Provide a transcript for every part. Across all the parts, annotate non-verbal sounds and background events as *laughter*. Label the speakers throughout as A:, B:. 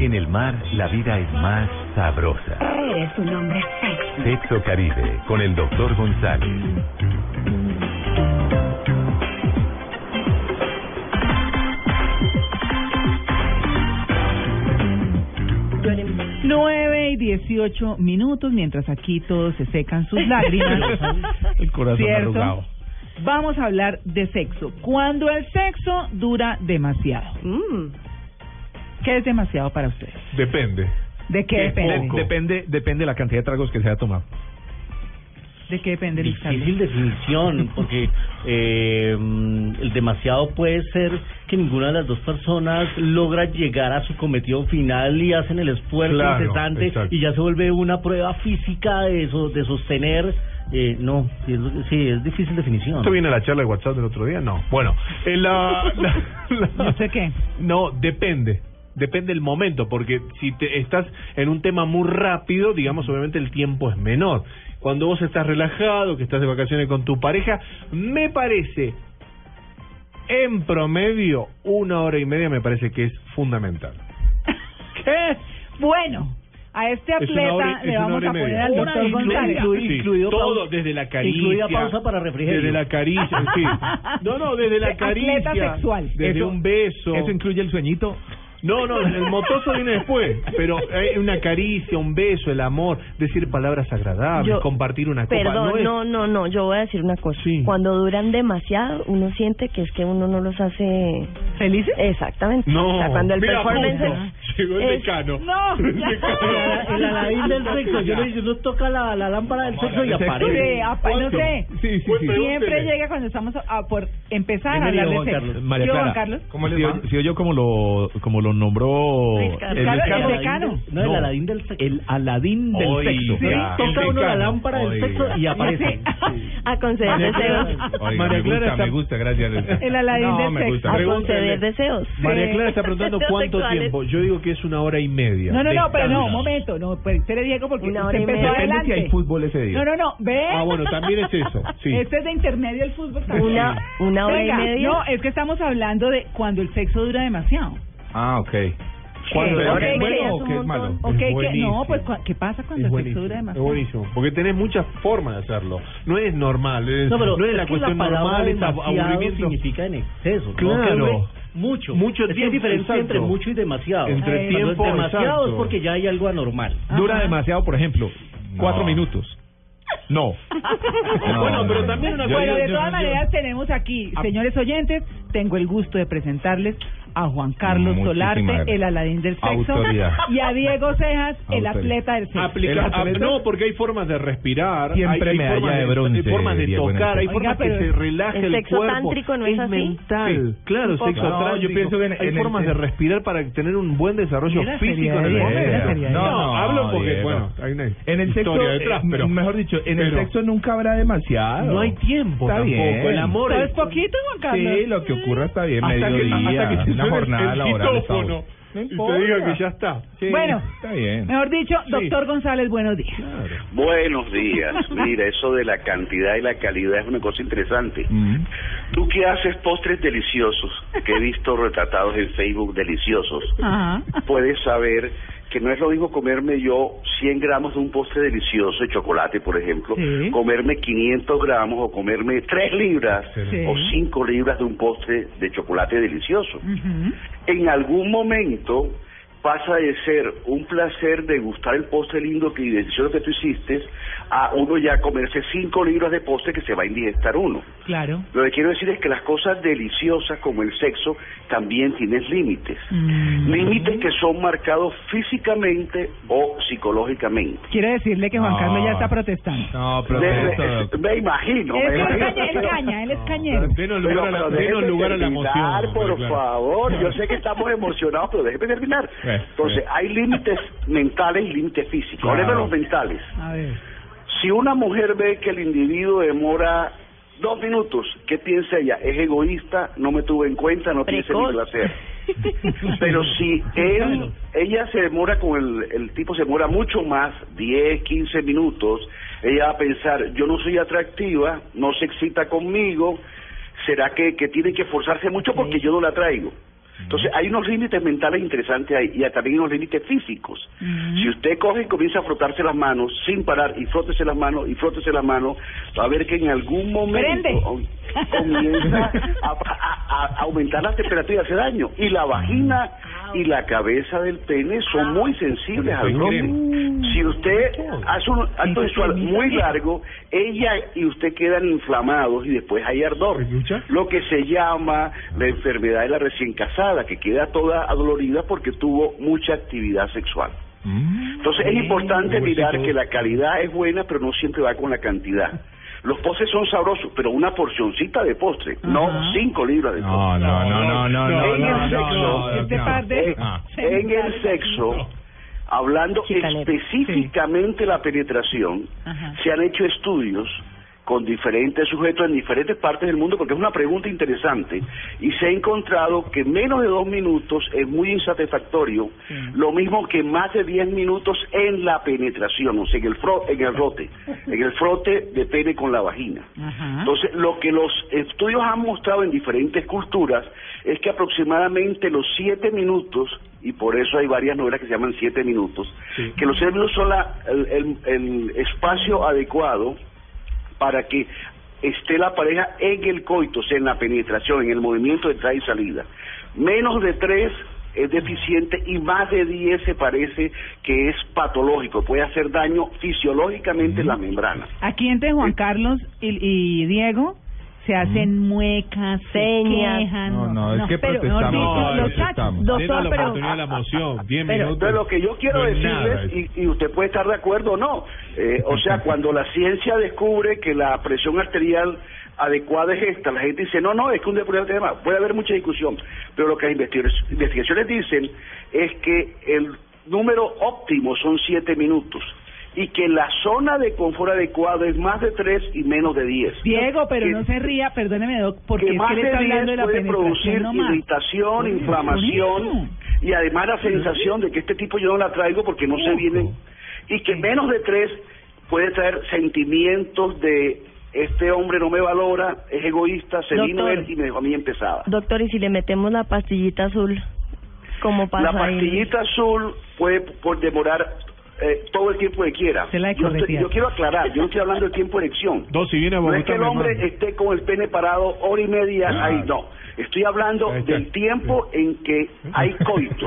A: En el mar, la vida es más sabrosa.
B: Eres un hombre sexy.
A: Sexo Caribe, con el doctor González.
C: Nueve y 18 minutos, mientras aquí todos se secan sus lágrimas.
D: *laughs* El corazón
C: ¿Cierto?
D: arrugado.
C: Vamos a hablar de sexo. Cuando el sexo dura demasiado.
D: Mm.
C: ¿Qué es demasiado para ustedes?
D: Depende. Eh,
C: ¿De qué depende?
D: De- depende, depende de la cantidad de tragos que se haya tomado.
C: ¿De qué depende, Luis Carlos?
E: Difícil definición, porque eh, mm, el demasiado puede ser que ninguna de las dos personas logra llegar a su cometido final y hacen el esfuerzo
D: Claro,
E: incesante
D: exacto.
E: y ya se vuelve una prueba física de, so- de sostener. eh, no, sí es, sí, es difícil definición.
D: ¿Esto viene a la charla de WhatsApp del otro día? No. Bueno,
E: *laughs*
D: eh, la, la- la-
C: ¿Y usted qué?
D: No, depende. Depende del momento, porque si te estás en un tema muy rápido, digamos, obviamente el tiempo es menor. Cuando vos estás relajado, que estás de vacaciones con tu pareja, me parece, en promedio, una hora y media me parece que es fundamental. *laughs* ¿Qué?
C: Bueno, a este
D: Es una
C: atleta
D: hora y- es
C: le
D: una
C: vamos
D: hora y
C: a poner
D: media.
C: al
E: Hora
C: doctor
E: inclu-
C: González.
E: inclu-
D: Sí,
E: incluido
D: todo
E: pausa-
D: desde la caricia.
E: incluida pausa para refrigerio.
D: Desde la caricia, sí. No, no, desde la caricia.
C: Atleta sexual.
D: Desde
C: Eso-
D: un beso.
C: eso
D: incluye el sueñito? No, no, el motoso viene después. Pero hay una caricia, un beso, el amor, decir palabras agradables,
F: Yo-
D: compartir una copa.
F: Perdón,
D: no es-
F: no, no, no, yo voy a decir una cosa.
D: Sí.
F: Cuando duran demasiado, uno siente que es que uno no los hace
C: ¿Felices?
F: exactamente.
D: No.
F: O sea, cuando el
D: Mira,
F: performance
D: punto.
F: es-
D: Llegó el
F: es-
D: decano. *laughs*
C: No,
D: El
C: ya.
D: decano.
E: El Aladín del sexo, yo le digo, uno toca la, la lámpara del sexo y
D: Sí,
E: aparece.
C: *laughs* Sí, apa- no sé.
D: Sí, sí, sí.
C: Siempre llega cuando estamos a, a por empezar a hablar de sexo. ¿Yo, Juan Carlos?
D: si, yo, como lo como lo nombró
F: Luis Carlos.
C: Carlos,
E: Aladín
C: el
E: del-
C: decano.
E: No, el Aladín del sexo. El Aladín del
D: Oiga,
E: sexo.
D: el
E: Toca uno la
D: decano.
E: lámpara del
D: Oiga.
E: sexo y aparece.
F: a conceder deseos.
D: María Clara está-
A: gracias.
C: El Aladín
D: No,
C: del
D: me
C: sexo.
D: gusta.
F: A
D: Pregúntele.
F: conceder deseos.
D: María
C: Sí.
D: Clara está preguntando cuánto
F: Sexuales.
D: tiempo. Yo digo que es una hora y media.
C: No, no, no, pero no,
D: Descansa.
C: un momento, no, pero espere, Diego, porque
F: Una
C: usted
F: hora y
C: empezó
F: media.
C: adelante.
A: fútbol ese
C: No, no, no, ve.
D: Ah, bueno, también es eso. Sí.
C: Este *laughs* es de intermedio el fútbol también.
F: Una, una hora
C: Venga,
F: y media.
C: No, es que estamos hablando de cuando el sexo dura demasiado.
A: Ah, ok.
D: ¿Cuándo
C: Ok,
D: es
C: que
D: bueno
C: es
D: o
C: un
D: qué es malo?
C: Ok,
D: Es
C: que, no,
D: buenísimo.
C: pues cua- ¿qué pasa cuando
D: es
C: el sexo
D: buenísimo,
C: dura
D: es
C: demasiado?
D: buenísimo, porque tenés muchas formas de hacerlo. No es normal, es- no,
E: No, pero
D: es
E: es
D: la
E: que
D: cuestión
E: palabra
D: normal, es ab-
E: demasiado
D: aburrimiento.
E: significa en exceso. ¿no?
D: Claro.
E: Que dure Mucho.
D: Mucho
E: es que
D: tiempo,
E: hay diferencia
D: exacto.
E: entre mucho y demasiado.
D: Entre
E: Cuando es
D: tiempo,
E: demasiado
D: exacto. Ah,
E: es porque ya hay algo anormal.
C: Dura Ajá.
D: demasiado, por ejemplo,
A: cuatro
D: minutos. No. bueno, pero también una
C: Bueno, de
D: yo-
C: todas
D: yo-
C: maneras tenemos aquí,
D: Ah.
C: señores oyentes, tengo el gusto de presentarles a Juan Carlos
A: Muchísimas
C: Solarte,
A: gracias.
C: el Aladín del sexo,
A: Autoridad.
C: y a Diego Cejas, el
A: Autoridad.
C: atleta del sexo.
D: aplica-
A: El
D: ah,
A: atleta-
D: no, porque hay formas de respirar,
A: Siempre
D: hay, hay
A: medalla
D: formas
A: de bronce,
D: hay formas de
A: Diego, en
D: tocar,
A: el
D: hay
A: sexo.
D: formas
C: Oiga,
D: que se
C: pero
D: relaje
F: el
D: el,
F: sexo
D: cuerpo.
F: tántrico no es así.
D: mental. Claro,
C: poco.
D: sexo
C: No, yo
D: tántrico.
A: pienso que en-
D: hay
A: en el
D: formas de
A: sexo-
D: respirar para tener un buen desarrollo
C: Mira la
D: físico en el
C: seriedad,
A: mira la
D: momento.
A: seriedad.
D: No,
A: No,
D: hablo porque
A: Diego.
D: bueno, hay una
A: En el sexo,
D: historia detrás,
A: eh,
D: pero
A: mejor dicho, en el
D: pero-
A: sexo nunca habrá demasiado.
D: no hay tiempo
A: Está
D: tampoco.
A: bien.
D: El amor
C: ¿Sabes
D: es
C: poquito, Juan Carlos?
A: Sí, lo que ocurra está bien,
D: hasta que,
A: mediodía,
D: hasta que
A: una
D: suene
A: jornada
D: el
A: laboral. está
D: citófono
A: bueno. No
D: y
A: importa.
D: te diga que ya está.
A: Sí,
C: Bueno.
A: está bien.
C: Mejor dicho, doctor González, buenos días.
G: Buenos días.
E: *laughs*
G: Mira, eso de la cantidad y la calidad es una cosa interesante.
A: Mm.
G: Tú que haces postres deliciosos, que he visto retratados en Facebook deliciosos,
C: Ajá.
G: puedes saber que no es lo mismo comerme yo 100 gramos de un postre delicioso de chocolate, por ejemplo,
C: Sí.
G: comerme 500 gramos o comerme 3 libras
C: Sí.
G: o 5 libras de un postre de chocolate delicioso.
C: Ujú.
G: En algún momento pasa de ser un placer de gustar el postre lindo que y decisión que tú hiciste a uno ya comerse cinco libras de postre que se va a indigestar uno.
C: Claro.
G: Lo que quiero decir es que las cosas deliciosas como el sexo también tienen límites. Límites que son marcados físicamente o psicológicamente.
C: Quiere decirle que Juan Carlos ya está protestando.
D: No,
G: Me, me imagino. me imagino.
C: caña, él es cañero.
D: Denos lugar a la, denos
G: déjeme
D: lugar a la emoción.
G: terminar, por
D: claro. *laughs*
G: favor. Yo sé que estamos emocionados, pero déjeme terminar.
D: Eh,
G: Entonces,
D: eh.
G: hay límites mentales y límites físicos.
D: Claro.
G: Hablemos de los mentales.
C: A ver.
G: Si una mujer ve que el individuo demora dos minutos, ¿qué piensa ella? Es egoísta, no me tuvo en cuenta, no piensa en mi
H: Precoz.
G: placer.
C: *laughs*
G: Pero si él, ella se demora con el, el tipo, se demora mucho más, 10, 15 minutos, ella va a pensar, yo no soy atractiva, no se excita conmigo, será que, que tiene que esforzarse mucho porque yo no la traigo. Entonces hay unos límites mentales interesantes ahí y también unos límites físicos. Si usted coge y comienza a frotarse las manos sin parar y frótese las manos y frótese las manos, va a ver que en algún momento
C: Prende.
G: o- comienza a, a- a- a aumentar la temperatura y hace daño. Y la vagina y la cabeza del pene son muy sensibles al roce. Si usted hace un acto sexual muy largo, ella y usted quedan inflamados y después hay ardor.
D: ¿Escucha?
G: Lo que se llama la enfermedad de la recién casada, que queda toda adolorida porque tuvo mucha actividad sexual. Entonces es importante mirar que la calidad es buena, pero no siempre va con la cantidad. Los postres son sabrosos, pero una porcioncita de postre, no cinco libras de postre.
D: No, no, no, no, no, no,
G: En el
D: no,
G: sexo,
D: no,
C: este
D: no.
C: par de-
G: Eh,
D: Ah.
G: En el sexo, hablando
C: Chicanero,
G: específicamente de la penetración,
C: Ajá.
G: se han hecho estudios con diferentes sujetos en diferentes partes del mundo, porque es una pregunta interesante, y se ha encontrado que menos de dos minutos es muy insatisfactorio, lo mismo que más de diez minutos en la penetración, o sea, en el, fro en el rote, en el frote de pene con la vagina.
C: Ajá.
G: Entonces, lo que los estudios han mostrado en diferentes culturas es que aproximadamente los siete minutos, y por eso hay varias novelas que se llaman siete minutos,
D: Sí.
G: que los siete minutos son la- el, el- el espacio adecuado para que esté la pareja en el coito, o sea, en la penetración, en el movimiento de entrada y salida. Menos de tres es deficiente y más de diez se parece que es patológico, puede hacer daño fisiológicamente en las membranas.
C: Aquí entre Juan Carlos y, y Diego se hacen muecas,
F: Señas.
C: Se quejan,
I: No, no, es que
C: pero-
I: protestamos,
C: no, los
D: protestamos.
C: tachos,
D: Denos la
F: Doctor, pero-
D: oportunidad de la emoción, 10
G: Pero,
D: minutos.
G: entonces, lo que yo quiero
D: No es nada.
G: decirles, y, y usted puede estar de acuerdo o no, eh, o
D: *laughs*
G: sea, cuando la ciencia descubre que la presión arterial adecuada es esta, la gente dice, no, no, es que un depurador tiene más. Puede haber mucha discusión, pero lo que las investigaciones, investigaciones dicen es que el número óptimo son siete minutos y que la zona de confort adecuada es más de tres y menos de diez.
C: Diego, pero
G: Que-
C: no se ría, perdóneme, Doc, porque
G: que
C: es
G: más
C: que le está
G: de 10
C: hablando de la
G: puede producir
C: penetración nomás.
G: irritación,
C: Por eso, por
G: inflamación y además la sensación de que este tipo yo no la traigo porque no se viene y que menos de tres puede traer sentimientos de este hombre no me valora, es egoísta, se vino
F: Doctor.
G: él y me dejó a mí empezada.
F: Doctor, ¿y si le metemos la pastillita azul? ¿Cómo pasa
G: La
F: ahí?
G: pastillita azul puede por demorar eh, todo el tiempo que quiera.
C: Se la he
G: yo, estoy-
C: correteado.
G: yo quiero aclarar, yo no estoy hablando del tiempo de erección.
D: Dos, si viene a
G: No
D: Bogotá,
G: es que el
D: me
G: hombre
D: manda.
G: esté con el pene parado hora y media
D: Claro.
G: ahí, no. Estoy hablando
D: Ah. Ahí está.
G: del tiempo en que hay coito.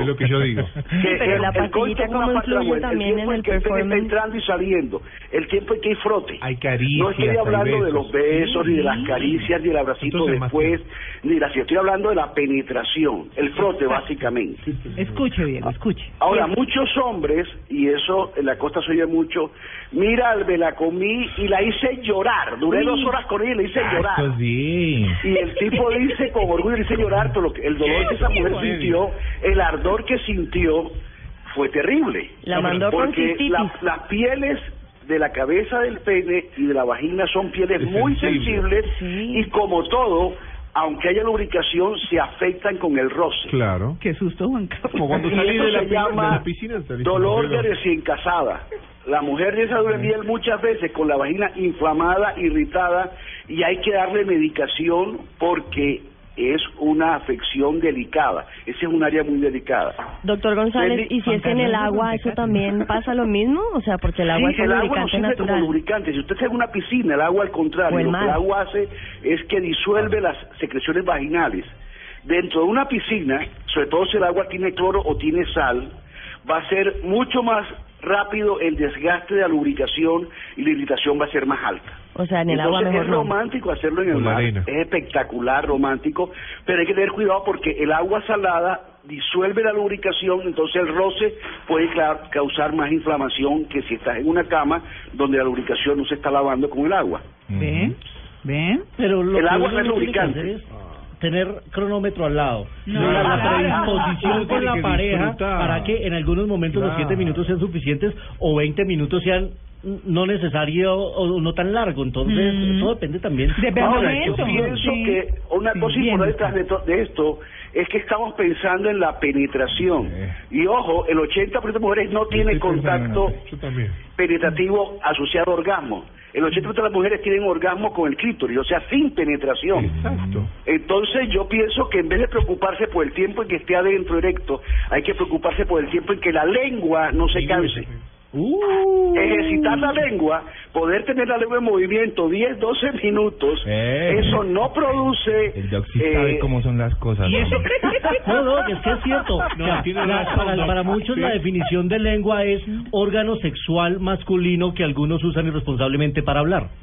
D: *laughs* Es lo que yo digo.
G: Que
F: pero
G: el-
F: la
G: el coito
F: pastillita
G: es una
F: cómo
G: parte de la
F: influye
G: vuelta,
F: también
G: el tiempo
F: en el
G: que el pene está
F: performance.
G: entrando y saliendo, el tiempo en que hay frote.
D: Hay caricias,
G: No estoy
D: hay
G: hablando de
D: besos.
G: los besos, ni de las caricias, ni del abracito
D: Entonces, más
G: después, ni de la... Estoy hablando de la penetración, el frote básicamente.
C: eso. Escuche, Diego, escuche.
F: Eh,
G: Ahora, muchos hombres, y eso en la costa se oye mucho, mira, me la comí y la hice llorar. Duré dos horas con ella y la hice llorar.
I: Eso sí.
G: Y el tipo dice con orgullo, dice llorar, pero lo que- el dolor que esa mujer sintió, el ardor que sintió, fue terrible.
F: La mandó con
G: Porque
F: cistitis.
G: la- las pieles de la cabeza del pene y de la vagina son pieles
D: Es
G: muy
D: sensible.
G: sensibles y como todo, aunque haya lubricación, se afectan con el roce.
D: Claro.
C: Qué susto, Juan Carlos.
D: Como cuando
G: *laughs* Y
D: salí
G: eso
D: de la,
G: se
D: pi- de
G: llama
D: la piscina, salí con
G: dolor
D: el
G: de
D: pelo.
G: recién casada. La mujer de esa dura piel muchas veces con la vagina inflamada, irritada, y hay que darle medicación porque es una afección delicada. Ese es un área muy delicada.
F: Doctor González, ¿y si
C: Juan
F: es en el
C: Carlos,
F: agua
C: Montecate.
F: eso también pasa lo mismo? O sea, porque el agua
G: Sí,
F: es un
G: el agua no
F: lubricante
G: sirve como
F: natural.
G: lubricante. Si usted está en una piscina, el agua al contrario,
F: O el
G: lo que
F: mar.
G: el agua hace es que disuelve las secreciones vaginales. Dentro de una piscina, sobre todo si el agua tiene cloro o tiene sal, va a ser mucho más rápido el desgaste de la lubricación y la irritación va a ser más alta.
F: O sea, en el agua
G: Entonces,
F: mejor
G: es
F: no.
G: romántico hacerlo en
F: O
G: el
F: la
G: mar,
F: arena.
G: es espectacular, romántico, pero hay que tener cuidado porque el agua salada disuelve la lubricación, entonces el roce puede cla- causar más inflamación que si estás en una cama donde la lubricación no se está lavando con el agua.
C: ¿Ven? ¿Ven?
E: Pero lo
G: El
E: que
G: agua
E: uno
G: no es
E: no tiene que
G: lubricante.
E: hacer es tener cronómetro al lado.
C: No,
E: Llegar a la
C: claro.
E: predisposición
C: Uno
E: con
C: tiene
E: la
C: que
E: pareja
C: disfrutar.
E: para que en algunos momentos los
C: Claro.
E: siete minutos sean suficientes o 20 minutos sean no necesario o no tan largo. Entonces,
C: Mm.
E: todo depende también.
C: Depende
E: Ahora,
C: del
E: yo
C: momento.
E: pienso
G: pienso
C: Sí.
G: que una
C: Sí,
G: cosa
C: bien.
G: importante detrás de, to- de esto es que estamos pensando en la penetración. Y ojo, el 80% de mujeres no tiene contacto
D: Yo también.
G: penetrativo asociado a orgasmo. El 80% de las mujeres tienen orgasmo con el clítoris, o sea, sin penetración.
D: Exacto.
G: Entonces yo pienso que en vez de preocuparse por el tiempo en que esté adentro erecto, hay que preocuparse por el tiempo en que la lengua no se canse. Uh.
E: Uh.
G: Ejercitar la lengua, poder tener la lengua en movimiento 10, 12 minutos,
I: Eh.
G: eso no produce...
I: El Doc sí
G: eh,
I: sabe
G: *laughs*
I: cómo son las cosas.
G: y
I: ¿no?
G: eso-
E: *laughs* No, no, que es que es cierto.
D: No,
E: O sea,
D: tiene
E: la-
D: razón,
E: para,
D: no.
E: para muchos la
D: Sí.
E: definición de lengua es órgano sexual masculino que algunos usan irresponsablemente para hablar.
G: *laughs*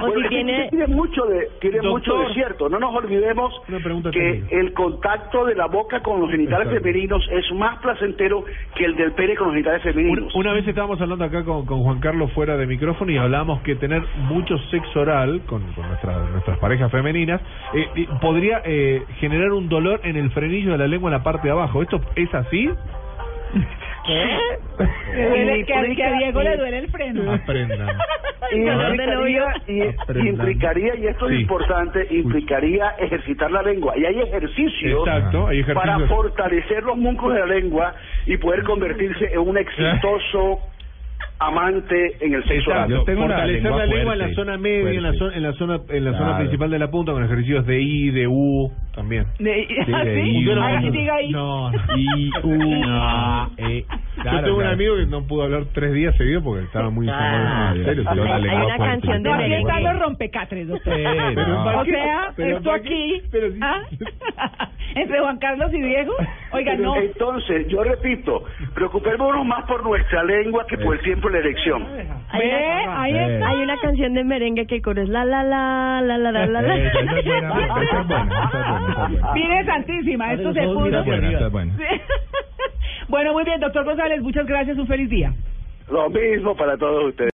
F: O si
G: Bueno,
F: tiene...
G: tiene mucho de tiene
D: Doctor.
G: mucho de cierto. No nos olvidemos que
D: técnica.
G: el contacto de la boca con los genitales
D: Exacto.
G: femeninos es más placentero que el del pene con los genitales femeninos.
D: Una vez estábamos hablando acá con, con Juan Carlos fuera de micrófono y hablábamos que tener mucho sexo oral con, con nuestras, nuestras parejas femeninas eh, eh, podría eh, generar un dolor en el frenillo de la lengua en la parte de abajo. ¿Esto es así?
C: Le duele- que, a- que a
G: Implica-
C: Diego le duele el freno. *laughs*
D: Aprendan.
G: Y
F: Dolor de novio.
G: implicaría, y-
D: Aprendan.
G: implicaría, y esto es
D: Sí.
G: importante, implicaría ejercitar la lengua. Y hay ejercicios,
D: Exacto, hay
G: para
D: ejercicios.
G: fortalecer los músculos de la lengua y poder convertirse en
D: *laughs*
G: un exitoso amante en el sexo.
D: Exacto.
G: oral.
I: Yo tengo una
D: Fortalecer
I: lengua
D: la lengua en
I: fuerte,
D: la zona media, en la
I: fuerte.
D: zona, en la zona, en la zona
I: Claro.
D: principal de la punta con ejercicios de I, de U también.
C: De-
I: Sí,
C: ¿Ah,
I: de
C: sí?
I: ir.
C: Ahora sí diga ahí.
D: No,
I: Y u- a- e-
D: Yo
I: claro,
D: tengo un
I: claro.
D: amigo que no pudo hablar tres días seguidos porque estaba muy
I: Ah,
D: informado. En serio,
I: ya,
D: se
I: ya.
D: lo-
I: la
F: Hay
I: lengua
F: una
I: fuerte.
F: canción de
C: No, aquí
F: lengua.
C: están los rompecatres, doctor.
I: Sí, no.
C: O sea,
D: pero
C: esto
D: ¿para qué?
C: aquí,
D: Pero sí.
C: *laughs* ¿ah? entre Juan Carlos y Diego, oiga, no,
G: Entonces, yo repito, preocupémonos más por nuestra lengua que por el tiempo de la erección.
F: Hay una-
C: ve, ahí
I: Eh.
C: está.
F: Hay una canción de merengue que el coro es la la la la la la la la.
I: Eh, esa es buena, esa es buena, esa es buena, esa es buena.
C: Mire, Santísima, esto se
E: los ojos,
C: puso.
I: Está buena, está buena.
C: bueno, muy bien, doctor González, muchas gracias, un feliz día.
G: Lo mismo para todos ustedes.